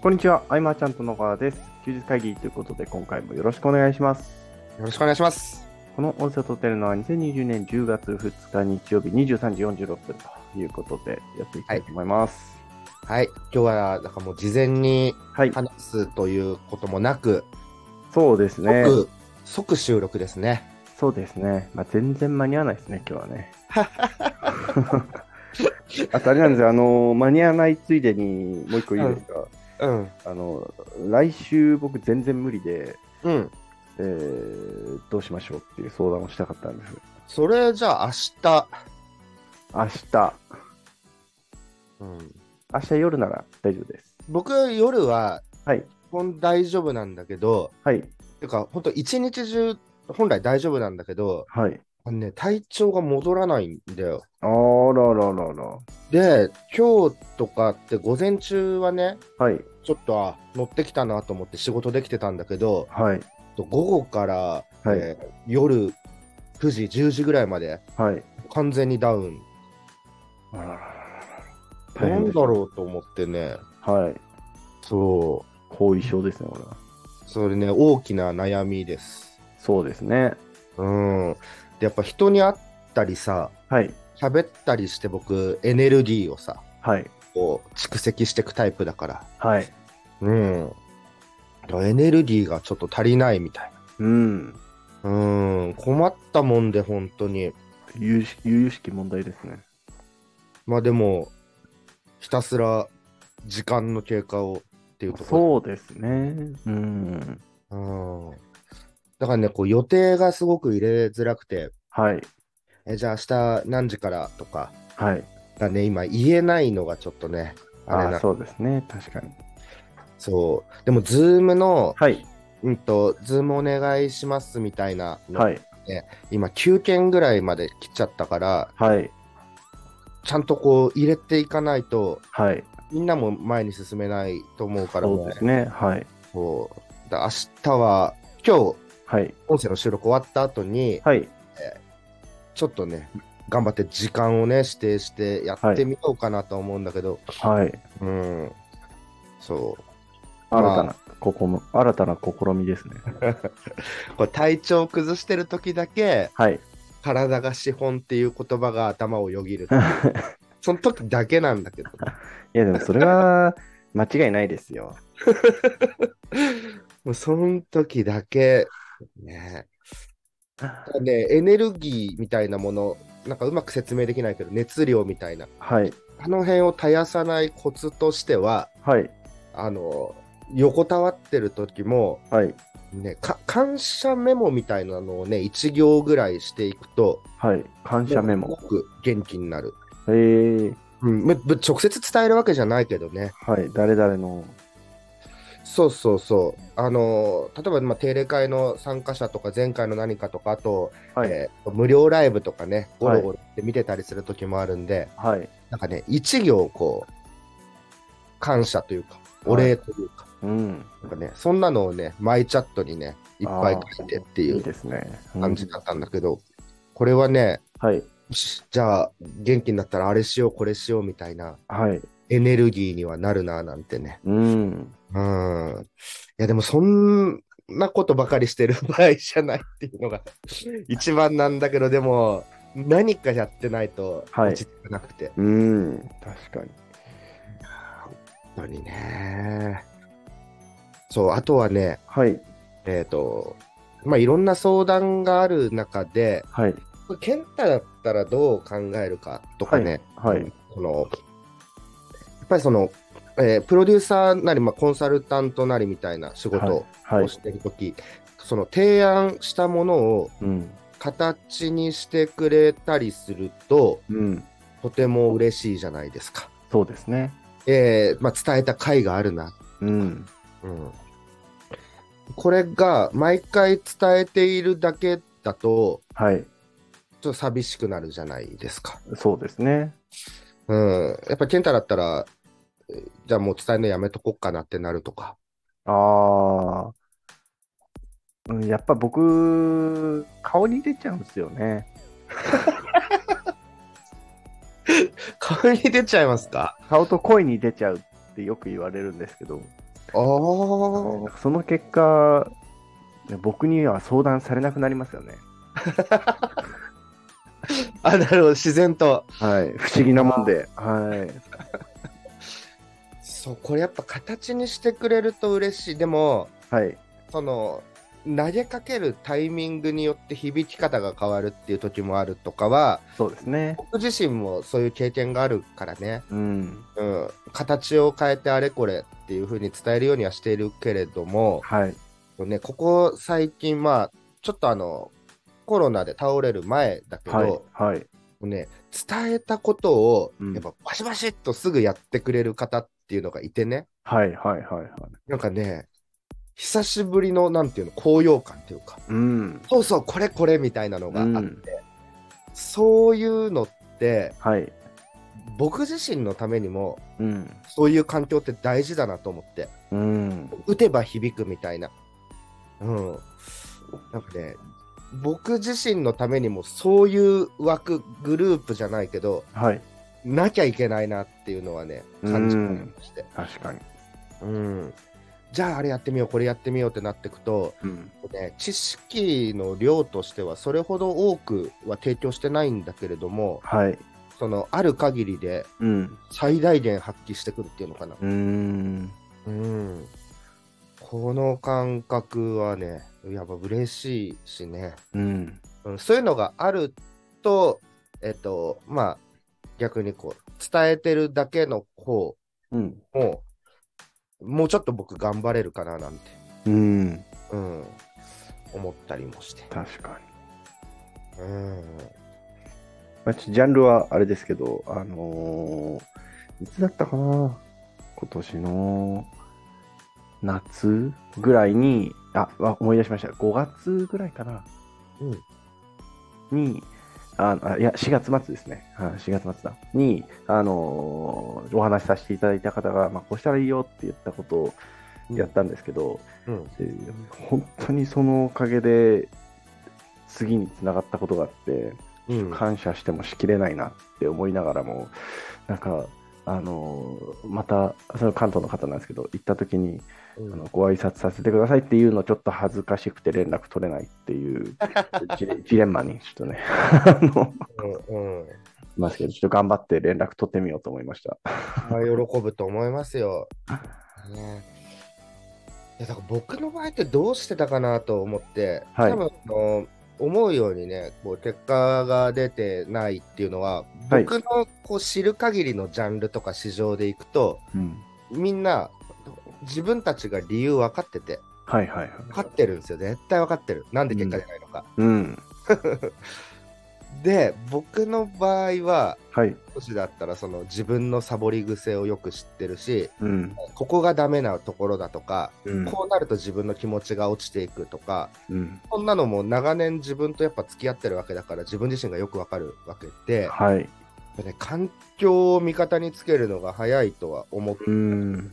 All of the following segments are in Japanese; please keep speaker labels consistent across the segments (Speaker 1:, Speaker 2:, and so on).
Speaker 1: こんにちは、あいまちゃんと野川です。休日会議ということで、今回もよろしくお願いします。
Speaker 2: よろしくお願いします。
Speaker 1: この音声を撮っているのは2020年10月2日日曜日23時46分ということで、やっていきたいと思います。
Speaker 2: はい。今日は、なんかもう事前に
Speaker 1: はい、
Speaker 2: 話すということもなく、
Speaker 1: そうですね。
Speaker 2: 即、即収録ですね。
Speaker 1: そうですね。まあ、全然間に合わないですね、今日は ね。あとあれなんですよ、あの間に合わないついでにもう一個いいですか。
Speaker 2: うん。
Speaker 1: あの来週僕全然無理で、
Speaker 2: うん。
Speaker 1: えーどうしましょうっていう相談をしたかったんです。
Speaker 2: それじゃあ明日、
Speaker 1: 明日、
Speaker 2: うん、
Speaker 1: 明日夜なら大丈夫です。
Speaker 2: 僕夜は、
Speaker 1: はい、
Speaker 2: ほん大丈夫なんだけど、
Speaker 1: はい、
Speaker 2: てか、本当一日中、本来大丈夫なんだけど、
Speaker 1: はい。
Speaker 2: あのね、体調が戻らないんだよ。
Speaker 1: あらららら。
Speaker 2: で、今日とかって午前中はね、
Speaker 1: はい、
Speaker 2: ちょっと、あ、乗ってきたなと思って仕事できてたんだけど、
Speaker 1: はい、
Speaker 2: と午後から、
Speaker 1: はい
Speaker 2: えー夜9時、10時ぐらいまで
Speaker 1: はい。
Speaker 2: 完全にダウン。
Speaker 1: あらららら
Speaker 2: な
Speaker 1: 大変
Speaker 2: ん
Speaker 1: で
Speaker 2: だ
Speaker 1: すね。
Speaker 2: ろうと思ってね、
Speaker 1: はい。
Speaker 2: そ
Speaker 1: 後遺症ですね、これは。
Speaker 2: う、それね、大きな悩みです。
Speaker 1: そうですね。
Speaker 2: うん。で、やっぱ人に会ったりさ、
Speaker 1: はい、
Speaker 2: 喋ったりして僕、エネルギーをさ、
Speaker 1: はい、
Speaker 2: こう蓄積していくタイプだから。
Speaker 1: はい。
Speaker 2: うん。だからエネルギーがちょっと足りないみたい
Speaker 1: うん。
Speaker 2: な。うん。困ったもんで、本当に。
Speaker 1: 由々し由々しき問題ですね。
Speaker 2: まあでも、ひたすら時間の経過をっていうところ。
Speaker 1: そうですね。うん。
Speaker 2: うん。だからね、こう予定がすごく入れづらくて、
Speaker 1: はい、
Speaker 2: えじゃあ明日何時からとか
Speaker 1: はい。
Speaker 2: がね、今言えないのがちょっとね、あれ
Speaker 1: あ
Speaker 2: な。
Speaker 1: あ、
Speaker 2: そう
Speaker 1: そうですね。確かに。
Speaker 2: でも、ズームの、
Speaker 1: はい、
Speaker 2: うんと、ズームお願いしますみたいなの、
Speaker 1: はい、
Speaker 2: 今9件ぐらいまで来ちゃったから、
Speaker 1: はい、
Speaker 2: ちゃんとこう入れていかないと、
Speaker 1: はい。
Speaker 2: みんなも前に進めないと思うから
Speaker 1: そう
Speaker 2: も
Speaker 1: ですね。はい、
Speaker 2: そうだ明日は、今日、
Speaker 1: はい、
Speaker 2: 音声の収録終わった後に、
Speaker 1: はい、
Speaker 2: ちょっとね、頑張って時間をね、指定してやってみようかなと思うんだけど、
Speaker 1: はい。
Speaker 2: うん、そう、
Speaker 1: 新た
Speaker 2: ま
Speaker 1: な試み、新たな試みですね。
Speaker 2: これ体調を崩してる時だけ、
Speaker 1: はい。
Speaker 2: 体が資本っていう言葉が頭をよぎ る。その時だけなんだけど。
Speaker 1: いや、でもそれは間違いないですよ。
Speaker 2: もうその時だけ、ね。だからね、エネルギーみたいなもの、なんかうまく説明できないけど、熱量みたいな。
Speaker 1: はい、
Speaker 2: あの辺を絶やさないコツとしては、
Speaker 1: はい、
Speaker 2: あの、横たわってる時も、
Speaker 1: はい、
Speaker 2: ね、か感謝メモみたいなのをね、1行ぐらいしていくと、
Speaker 1: はい。感謝メモ
Speaker 2: す。ごく元気になる。
Speaker 1: えー、
Speaker 2: うん、むぶ直接伝えるわけじゃないけどね。
Speaker 1: はい、誰々の。
Speaker 2: そうそうそう。あのー、例えば、まあ、定例会の参加者とか、前回の何かとか、あと、
Speaker 1: はい、
Speaker 2: えー無料ライブとかね、ゴ
Speaker 1: はい
Speaker 2: ロゴロって見てたりする時もあるんで、
Speaker 1: はい。
Speaker 2: なんかね、一行こう、感謝というか、お礼というか、
Speaker 1: うん。
Speaker 2: なんかね、そんなのをね、マイチャットにね、いっぱい書いてってい
Speaker 1: いいうですね。
Speaker 2: 感じだったんだけど、これはね、
Speaker 1: うんはい、
Speaker 2: よしじゃあ元気になったらあれしようこれしようみたいな
Speaker 1: はい。
Speaker 2: エネルギーにはなるななんてね。
Speaker 1: うん。
Speaker 2: うん。いやでもそんなことばかりしてる場合じゃないっていう のが一番なんだけどでも何かやってないと
Speaker 1: はい
Speaker 2: 落ち着かなくて。
Speaker 1: うん。確かに。
Speaker 2: 本当にね。そうあとはね
Speaker 1: はい、
Speaker 2: えっ、とまあいろんな相談がある中で
Speaker 1: はい、
Speaker 2: 健太だったらどう考えるかとかね、
Speaker 1: はい、
Speaker 2: そのやっぱりその、えープロデューサーなり、まあ、コンサルタントなりみたいな仕事
Speaker 1: は
Speaker 2: を
Speaker 1: い。
Speaker 2: してるとき、その提案したものを
Speaker 1: うん。
Speaker 2: 形にしてくれたりすると、
Speaker 1: うん。
Speaker 2: とても嬉しいじゃないですか。
Speaker 1: そうですね。
Speaker 2: えーまあ、伝えた甲斐があるな。
Speaker 1: うん。
Speaker 2: うん、これが毎回伝えているだけだと、
Speaker 1: はい。
Speaker 2: ちょっと寂しくなるじゃないですか。
Speaker 1: そうですね。
Speaker 2: うん、やっぱ健太だったら、えーじゃあもう伝えるのやめとこっかなってなるとか。
Speaker 1: ああ。うんやっぱ僕、顔に出ちゃうんですよね。
Speaker 2: 顔に出ちゃいますか
Speaker 1: 顔と声に出ちゃうってよく言われるんですけど、
Speaker 2: あ
Speaker 1: なん
Speaker 2: あ。
Speaker 1: かその結果、僕には相談されなくなりますよね。
Speaker 2: あ、なるほど、自然と。
Speaker 1: はい、不思議なもんで。はい。
Speaker 2: そう、これやっぱ形にしてくれると嬉しい。でも、
Speaker 1: はい。
Speaker 2: その、投げかけるタイミングによって響き方が変わるっていう時もあるとかは、
Speaker 1: そうですね。
Speaker 2: 僕自身もそういう経験があるからね、
Speaker 1: うん。
Speaker 2: うん、形を変えてあれこれっていう風に伝えるようにはしているけれども、
Speaker 1: はい。
Speaker 2: ね、ここ最近、まあ、ちょっとあの、コロナで倒れる前だけど、
Speaker 1: はい。はい。
Speaker 2: ね、伝えたことを
Speaker 1: う、ん
Speaker 2: やっぱバシバシっとすぐやってくれる方っていうのがいてね、
Speaker 1: はい。はい。はい。
Speaker 2: なんかね、久しぶりの、なんていうの、高揚感っていうか、
Speaker 1: うん。
Speaker 2: そうそう、これこれみたいなのがあって、
Speaker 1: うん
Speaker 2: そういうのって、
Speaker 1: はい。
Speaker 2: 僕自身のためにも、
Speaker 1: うん。
Speaker 2: そういう環境って大事だなと思って、
Speaker 1: うん。
Speaker 2: 打てば響くみたいな。うん。なんかね、僕自身のためにもそういう枠、グループじゃないけど、
Speaker 1: はい。
Speaker 2: なきゃいけないなっていうのはね、感じまして。
Speaker 1: 確かに。
Speaker 2: うん。じゃああれやってみよう、これやってみようってなってくと、
Speaker 1: うん。
Speaker 2: ね、知識の量としてはそれほど多くは提供してないんだけれども、
Speaker 1: はい。
Speaker 2: そのある限りで
Speaker 1: うん。
Speaker 2: 最大限発揮してくるっていうのかな。
Speaker 1: うーん。
Speaker 2: うん。この感覚はね、やっぱ嬉しいしね、
Speaker 1: うん。
Speaker 2: うん、そういうのがあると、えっと、まあ、逆にこう、伝えてるだけの方
Speaker 1: うん。
Speaker 2: も、もうちょっと僕頑張れるかななんて、
Speaker 1: うん。
Speaker 2: うん、思ったりもして。
Speaker 1: 確かに。
Speaker 2: うん。
Speaker 1: まあ、ちジャンルはあれですけど、あのーいつだったかな今年の夏ぐらいに、あ、わ思い出しました。5月ぐらいかな
Speaker 2: うん。
Speaker 1: に、ああいや、4月末ですね。あ4月末だ。に、あのーお話しさせていただいた方が、まあ、こうしたらいいよって言ったことをやったんですけど、
Speaker 2: うん。
Speaker 1: で本当にそのおかげで、次につながったことがあって、
Speaker 2: うん。
Speaker 1: 感謝してもしきれないなって思いながらもなんかあのまたその関東の方なんですけど行った時に
Speaker 2: うん
Speaker 1: あのご挨拶させてくださいっていうのちょっと恥ずかしくて連絡取れないっていう ジレジレンマにちょっとねあの
Speaker 2: うんうん。
Speaker 1: いますけどちょっと頑張って連絡取ってみようと思いました
Speaker 2: まあ喜ぶと思いますよ。ね、いやだから僕の場合ってどうしてたかなと思って、
Speaker 1: はい
Speaker 2: 多分あの思うようにねこう結果が出てないっていうのは
Speaker 1: はい
Speaker 2: 僕のこう知る限りのジャンルとか市場でいくと
Speaker 1: うん
Speaker 2: みんな自分たちが理由分かってて
Speaker 1: はいはいはい
Speaker 2: 分かってるんですよ絶対分かってるなんで結果出ないのか。
Speaker 1: うん
Speaker 2: で僕の場合は
Speaker 1: はい
Speaker 2: 少しだったらその自分のサボり癖をよく知ってるし
Speaker 1: うん
Speaker 2: ここがダメなところだとか
Speaker 1: うん
Speaker 2: こうなると自分の気持ちが落ちていくとか、
Speaker 1: うん
Speaker 2: こんなのも長年自分とやっぱ付き合ってるわけだから、自分自身がよくわかるわけで、や
Speaker 1: はい
Speaker 2: っぱね、環境を味方につけるのが早いとは思って
Speaker 1: うん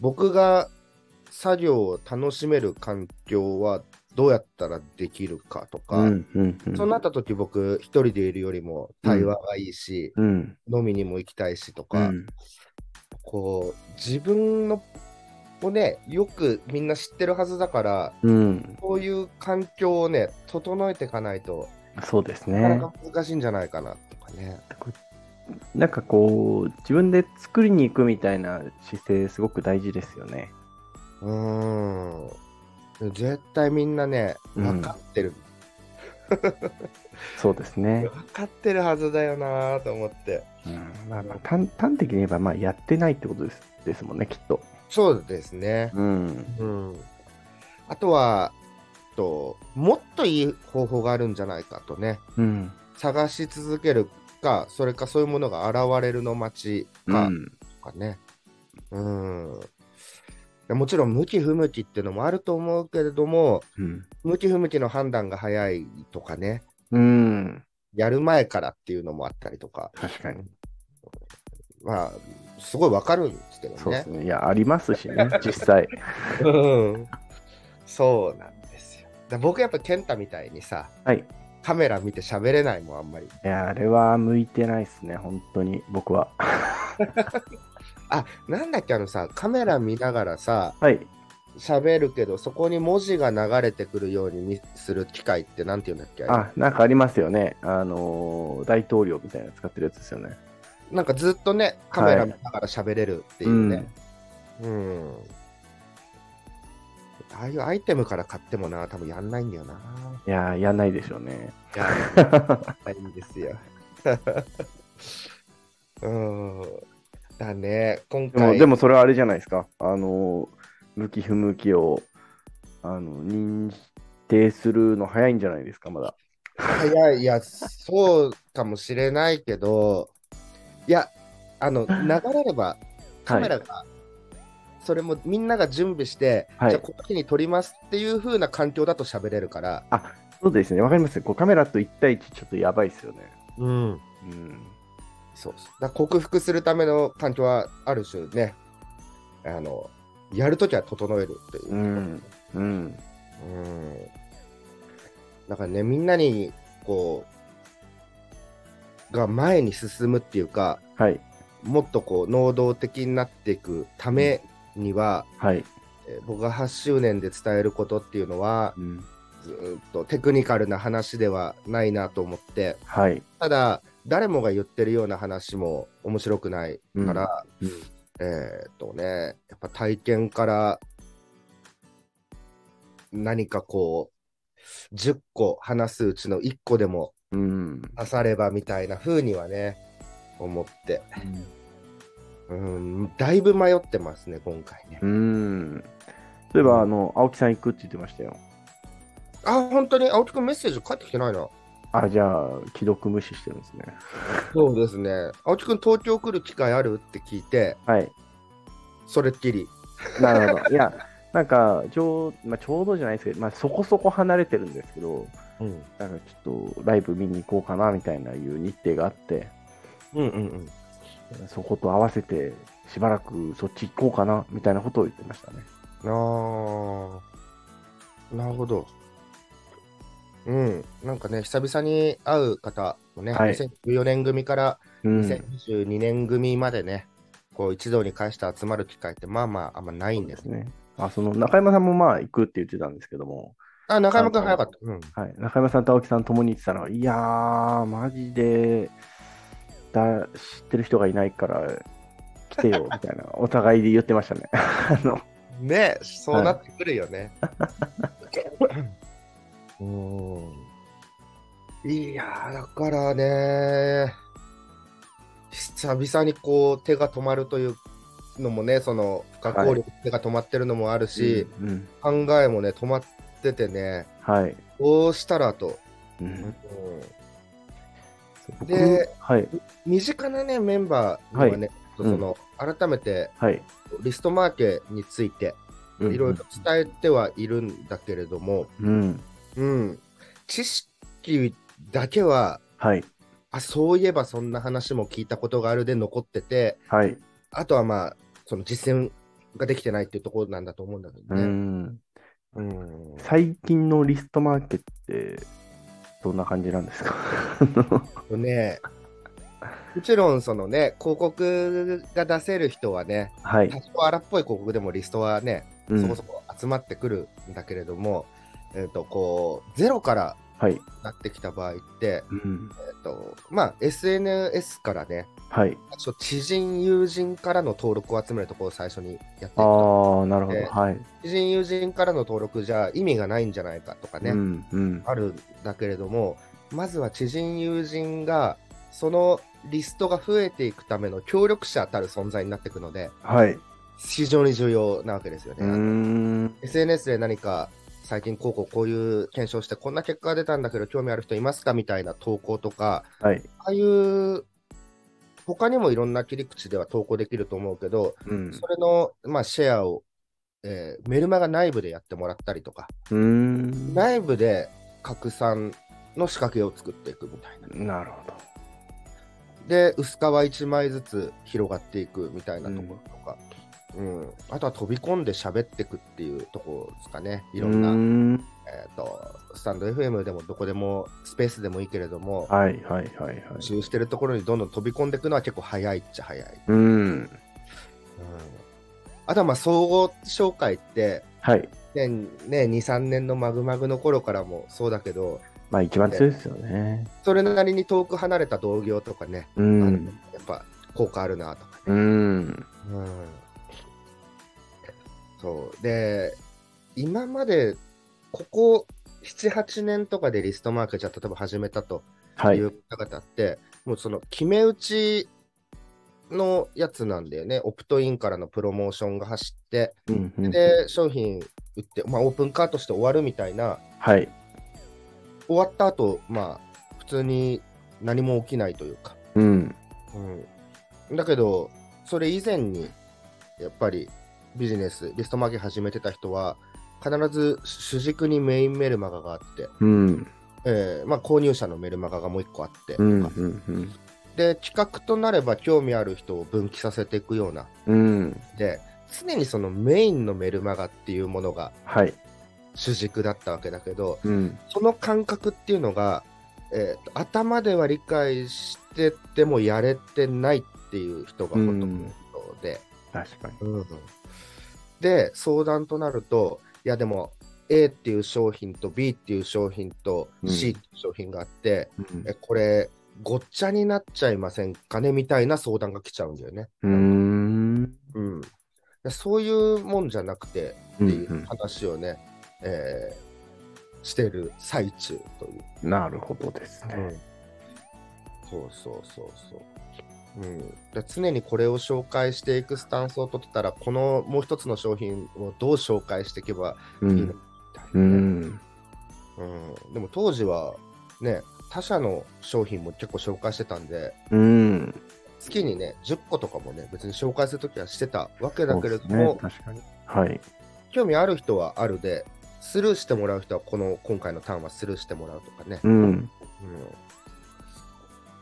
Speaker 2: 僕が作業を楽しめる環境はどうやったらできるかとか、
Speaker 1: うんうんう
Speaker 2: そうなんった時僕一人でいるよりも対話がいいし、
Speaker 1: うん
Speaker 2: 飲みにも行きたいしと
Speaker 1: う
Speaker 2: か、
Speaker 1: ん
Speaker 2: こう自分のをねよくみんな知ってるはずだから
Speaker 1: うん
Speaker 2: こういう環境をね、整えていかないと、
Speaker 1: そうですね
Speaker 2: なかなか難しいんじゃないかなとかね。
Speaker 1: なんかこう自分で作りに行くみたいな姿勢すごく大事ですよね。
Speaker 2: うーん。絶対みんなね、分かってる。
Speaker 1: そうですね。
Speaker 2: 分かってるはずだよなと思って。
Speaker 1: うん、まあまあ端端的に言えばまあやってないってことですですもんねきっと。
Speaker 2: そうですね。
Speaker 1: うん。
Speaker 2: うん。あとは、ともっといい方法があるんじゃないかとね、
Speaker 1: うん。
Speaker 2: 探し続けるか、それかそういうものが現れるの待ち
Speaker 1: う
Speaker 2: か、
Speaker 1: ん
Speaker 2: とかね。うん。もちろん向き不向きっていうのもあると思うけれども、
Speaker 1: うん。
Speaker 2: 向き不向きの判断が早いとかね、
Speaker 1: うん。
Speaker 2: やる前からっていうのもあったりとか、
Speaker 1: 確かに。
Speaker 2: まあ、すごいわかるんですけど
Speaker 1: そうで
Speaker 2: ね
Speaker 1: す。ね。いやありますし ね実際。
Speaker 2: うんそうなんですよ。だ僕やっぱ健太みたいにさ、
Speaker 1: はい。
Speaker 2: カメラ見て喋れないもん、あんまり。
Speaker 1: いや、あれは向いてないっすね、本当に、僕は。
Speaker 2: あ、なんだっけ、あのさ、カメラ見ながらさ、
Speaker 1: はい。
Speaker 2: 喋るけど、そこに文字が流れてくるようにみする機械ってなんて言うんだっけ
Speaker 1: あ、なんかありますよね。あのー大統領みたいなの使ってるやつですよね。
Speaker 2: なんかずっとね、カメラ見ながら喋れるっていうね。うん。ああいうアイテムから買ってもな、多分やんないんだよな。
Speaker 1: いやー、やんないでしょうね。
Speaker 2: いや、ないんですよ。 うん。だね、今
Speaker 1: でも、
Speaker 2: 回。
Speaker 1: でもそれはあれじゃないですか。あのー向き不向きを、あの、認定するの早いんじゃないですか、まだ。
Speaker 2: いやいや、そうかもしれないけど、いや、あの、流れれば、カメラが、それもみんなが準備して、
Speaker 1: はい
Speaker 2: じゃあ、こっちに撮りますっていう風な環境だと喋れるから、
Speaker 1: そうですね、わかりますよ。こうカメラと1対1、ちょっとやばいですよね。
Speaker 2: うん。
Speaker 1: うん。
Speaker 2: そうそう。だから克服するための環境は、ある種ね、あの、やるときは整えるっていう。
Speaker 1: うん。うん。
Speaker 2: うんだからね、みんなに、こう、が前に進むっていうか、
Speaker 1: はい。
Speaker 2: もっとこう、能動的になっていくためには、
Speaker 1: はい。
Speaker 2: えー僕が8周年で伝えることっていうのは、
Speaker 1: うん。
Speaker 2: ずーっとテクニカルな話ではないなと思って、
Speaker 1: はい。
Speaker 2: ただ、誰もが言ってるような話も面白くないから、
Speaker 1: うんうん
Speaker 2: えーっとね、やっぱ体験から何かこう、10個話すうちの1個でも
Speaker 1: うん。
Speaker 2: 刺さればみたいな風にはね、思って、うん、だいぶ迷ってますね、今回ね。
Speaker 1: うん。そういえば、あの、青木さん行くって言ってましたよ。
Speaker 2: あ、本当に青木くんメッセージ返ってきてないな。
Speaker 1: あ、じゃあ、既読無視してるんですね。
Speaker 2: そうですね。青木くん東京来る機会あるって聞いて、
Speaker 1: はい。
Speaker 2: それっきり。
Speaker 1: なるほど。いや、なんか、ちょう,、まあ、ちょうどじゃないですけど、まあ、そこそこ離れてるんですけど、
Speaker 2: うん。
Speaker 1: なんかちょっとライブ見に行こうかなみたいないう日程があって、
Speaker 2: うんうんうん。
Speaker 1: そこと合わせて、しばらくそっち行こうかなみたいなことを言ってましたね。
Speaker 2: ああ、なるほど。うん、なんかね、久々に会う方もね、
Speaker 1: はい
Speaker 2: 2014年組から
Speaker 1: うん。
Speaker 2: 2022年組までね、こう一堂に会して集まる機会って、まあまあ、あんまないんですね。
Speaker 1: ね。あ、その中山さんもまあ行くって言ってたんですけども、
Speaker 2: あ、中山君
Speaker 1: あの
Speaker 2: 早かった。う
Speaker 1: は
Speaker 2: ん。
Speaker 1: い、中山さんと青木さんともに言ってたのは、いやー、マジでだ知ってる人がいないから来てよみたいな、お互いで言ってましたね。あの
Speaker 2: ね、そうなってくるよね。うん。いやー、だからね久々にこう手が止まるというのもね、その不可抗力、手が止まってるのもあるし、
Speaker 1: うん、
Speaker 2: 考えもね、止まっててね、
Speaker 1: はい。
Speaker 2: どうしたらと。
Speaker 1: うん僕
Speaker 2: で
Speaker 1: はい、
Speaker 2: 身近なね、メンバーにはね、その改めて
Speaker 1: はい。
Speaker 2: リストマーケについて
Speaker 1: うん
Speaker 2: いろいろ。伝えてはいるんだけれども、
Speaker 1: うん、
Speaker 2: うん、知識だけは
Speaker 1: はい、
Speaker 2: あそういえばそんな話も聞いたことがあるで残ってて
Speaker 1: はい。
Speaker 2: あとはまあその実践ができてないっていうところなんだと思うんだけ
Speaker 1: う
Speaker 2: どね。
Speaker 1: ん
Speaker 2: うん
Speaker 1: 最近のリストマーケって、どんな感じなんですか
Speaker 2: とねもちろんそのね広告が出せる人はね
Speaker 1: はい
Speaker 2: 多。少荒っぽい広告でもリストはね
Speaker 1: うん
Speaker 2: そこそこ集まってくるんだけれども、えっとこうゼロから
Speaker 1: はい。
Speaker 2: なってきた場合って、
Speaker 1: うん、
Speaker 2: えっとまあ、SNS からね
Speaker 1: はい。
Speaker 2: そう知人、友人からの登録を集めるところを最初にやって
Speaker 1: あ
Speaker 2: いくと
Speaker 1: ー、なるほど。
Speaker 2: えー
Speaker 1: はい。
Speaker 2: 知人、友人からの登録じゃ意味がないんじゃないかとかね、
Speaker 1: うん、うん。
Speaker 2: あるんだけれども、まずは知人、友人がそのリストが増えていくための協力者たる存在になっていくので、
Speaker 1: はい。
Speaker 2: 非常に重要なわけですよ
Speaker 1: うー
Speaker 2: ね。
Speaker 1: ん。
Speaker 2: SNS で何か最近こうこうこういう検証してこんな結果が出たんだけど興味ある人いますかみたいな投稿とか、
Speaker 1: はい。
Speaker 2: ああいう他にもいろんな切り口では投稿できると思うけど、
Speaker 1: うん。
Speaker 2: それの、まあ、シェアを、えーメルマガ内部でやってもらったりとか、
Speaker 1: うーん。な
Speaker 2: 内部で拡散の仕掛けを作っていくみたいな。
Speaker 1: るほど。
Speaker 2: で、薄皮1枚ずつ広がっていくみたいなところとか、うん、あとは飛び込んで喋ってくっていうとこですかね、いろ
Speaker 1: うー
Speaker 2: んな、
Speaker 1: ん
Speaker 2: えー、とスタンド FM でもどこでもスペースでもいいけれども、
Speaker 1: はいはいはいはい。
Speaker 2: 募集してるところにどんどん飛び込んでいくのは結構早いっちゃ早い。うん、
Speaker 1: うん。
Speaker 2: あとはまあ総合紹介って、
Speaker 1: はい。
Speaker 2: ねね、2、3年のマグマグの頃からもそうだけど、
Speaker 1: まあ一番強いですよね。
Speaker 2: それなりに遠く離れた同業とかね、
Speaker 1: う
Speaker 2: あの
Speaker 1: ん。
Speaker 2: やっぱ効果あるなとかね。
Speaker 1: うん。
Speaker 2: うんそうで今までここ78年とかでリストマーケットじゃ例えば始めたと
Speaker 1: はいい。
Speaker 2: う方々って、もうその決め打ちのやつなんだよねオプトインからのプロモーションが走って
Speaker 1: うんうん
Speaker 2: で商品売って、まあ、オープンカーとして終わるみたいな
Speaker 1: はい。
Speaker 2: 終わった後まあ普通に何も起きないというか
Speaker 1: うん。
Speaker 2: うん、だけど、それ以前に、やっぱりビジネス、リストマーケ始めてた人は、必ず主軸にメインメルマガがあって、
Speaker 1: うん。
Speaker 2: えーまあ、購入者のメルマガがもう一個あって、
Speaker 1: うん。うん。
Speaker 2: で、企画となれば興味ある人を分岐させていくような、
Speaker 1: うん。
Speaker 2: で、常にそのメインのメルマガっていうものが
Speaker 1: はい。
Speaker 2: 主軸だったわけだけど、
Speaker 1: うん。
Speaker 2: その感覚っていうのが、えーと頭では理解しててもやれてないっていう人がほとんどで、
Speaker 1: 確かに。
Speaker 2: で相談となるといやでも A っていう商品と B っていう商品と
Speaker 1: うん
Speaker 2: C っていう商品があって、
Speaker 1: うん
Speaker 2: えこれごっちゃになっちゃいませんかねみたいな相談が来ちゃうんだよね。
Speaker 1: うーん。
Speaker 2: うん、でそういうもんじゃなくて
Speaker 1: う
Speaker 2: っ
Speaker 1: ん
Speaker 2: ていう
Speaker 1: う
Speaker 2: 話をね、えーしてる最中という。
Speaker 1: んなるほどですね。
Speaker 2: そうそうそうそう。うん、で常にこれを紹介していくスタンスを取ってたら、このもう一つの商品をどう紹介していけば
Speaker 1: う
Speaker 2: いいのみ
Speaker 1: ん。
Speaker 2: たいな
Speaker 1: う
Speaker 2: ね、
Speaker 1: ん。
Speaker 2: うんでも当時はね、他社の商品も結構紹介してたんで、
Speaker 1: うん。
Speaker 2: 月にね、10個とかもね、別に紹介するときはしてたわけだ
Speaker 1: そう
Speaker 2: け
Speaker 1: で
Speaker 2: れど
Speaker 1: すね
Speaker 2: も、
Speaker 1: 確かに。はい。
Speaker 2: 興味ある人はあるで、スルーしてもらう人は、この今回のターンはスルーしてもらうとかね。
Speaker 1: うん。
Speaker 2: うん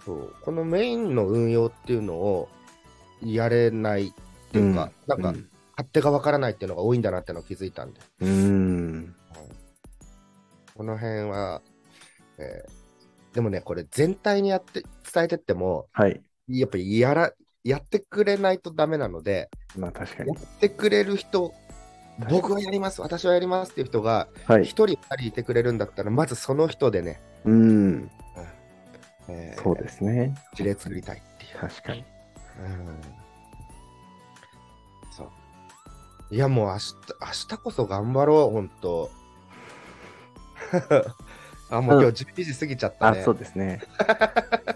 Speaker 2: そうこのメインの運用っていうのをやれないっていうか、なんか勝手がわからないっていうのが多いんだなってのを気づいたんで、
Speaker 1: うん。
Speaker 2: この辺は、えーでもね、これ全体にやって伝えてっても、
Speaker 1: はい。
Speaker 2: やっぱりやらやってくれないとダメなので、
Speaker 1: まあ確か
Speaker 2: や
Speaker 1: に。
Speaker 2: ってくれる人、
Speaker 1: はい
Speaker 2: 僕はやります、私はやりますっていう人が、
Speaker 1: はい。
Speaker 2: 一人、二人いてくれるんだったら、まずその人でね、
Speaker 1: うん。
Speaker 2: えー
Speaker 1: そうですね。
Speaker 2: 事例作りたいっていう。
Speaker 1: 確かに。
Speaker 2: うんそう。いや、もう明日、明日こそ頑張ろう、ほんと。 あ、もう今日12時過ぎちゃった
Speaker 1: あ、
Speaker 2: ね。
Speaker 1: そうですね。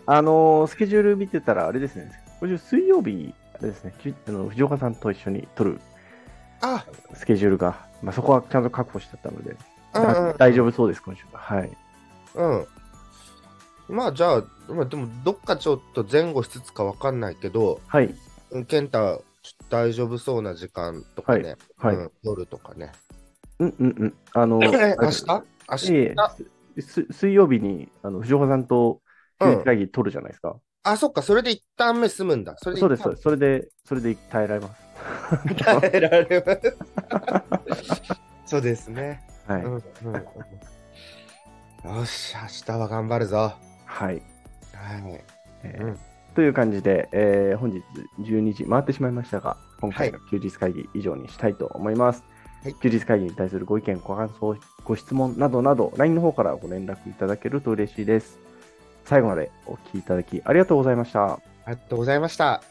Speaker 1: あのー、スケジュール見てたら、あれですね。今週水曜日、あれですね。きあの藤岡さんと一緒に撮る
Speaker 2: あ、
Speaker 1: スケジュールが、まあそこはちゃんと確保してたので、
Speaker 2: うんうん、
Speaker 1: 大丈夫そうです、今週は。はい。
Speaker 2: うん。まあ、じゃあ、まあでも、どっかちょっと前後しつつかわかんないけど、
Speaker 1: はい。
Speaker 2: うん健太、ちょっと大丈夫そうな時間とかね、
Speaker 1: はい。
Speaker 2: うん夜とかね。
Speaker 1: うんうんうん。あのー、
Speaker 2: 明日明日、
Speaker 1: ええす水曜日にあの藤岡さんと
Speaker 2: う
Speaker 1: 休日
Speaker 2: ん、
Speaker 1: 会議取るじゃないですか。
Speaker 2: あ、そっか、それで一旦目済むんだ。それで一
Speaker 1: そう
Speaker 2: 旦
Speaker 1: です、そうです。それで、それで耐えられます。
Speaker 2: 耐えられます。そうですね。
Speaker 1: はい。
Speaker 2: うんうんよし、明日は頑張るぞ。は
Speaker 1: はい。
Speaker 2: い。
Speaker 1: えー
Speaker 2: うん
Speaker 1: という感じで、えー本日12時回ってしまいましたが、今回の休日会議以上にしたいと思います。
Speaker 2: はい
Speaker 1: 休日会議に対するご意見、ご感想、ご質問などなど、LINE の方からご連絡いただけると嬉しいです。最後までお聞きいただきありがとうございました。
Speaker 2: ありがとうございました。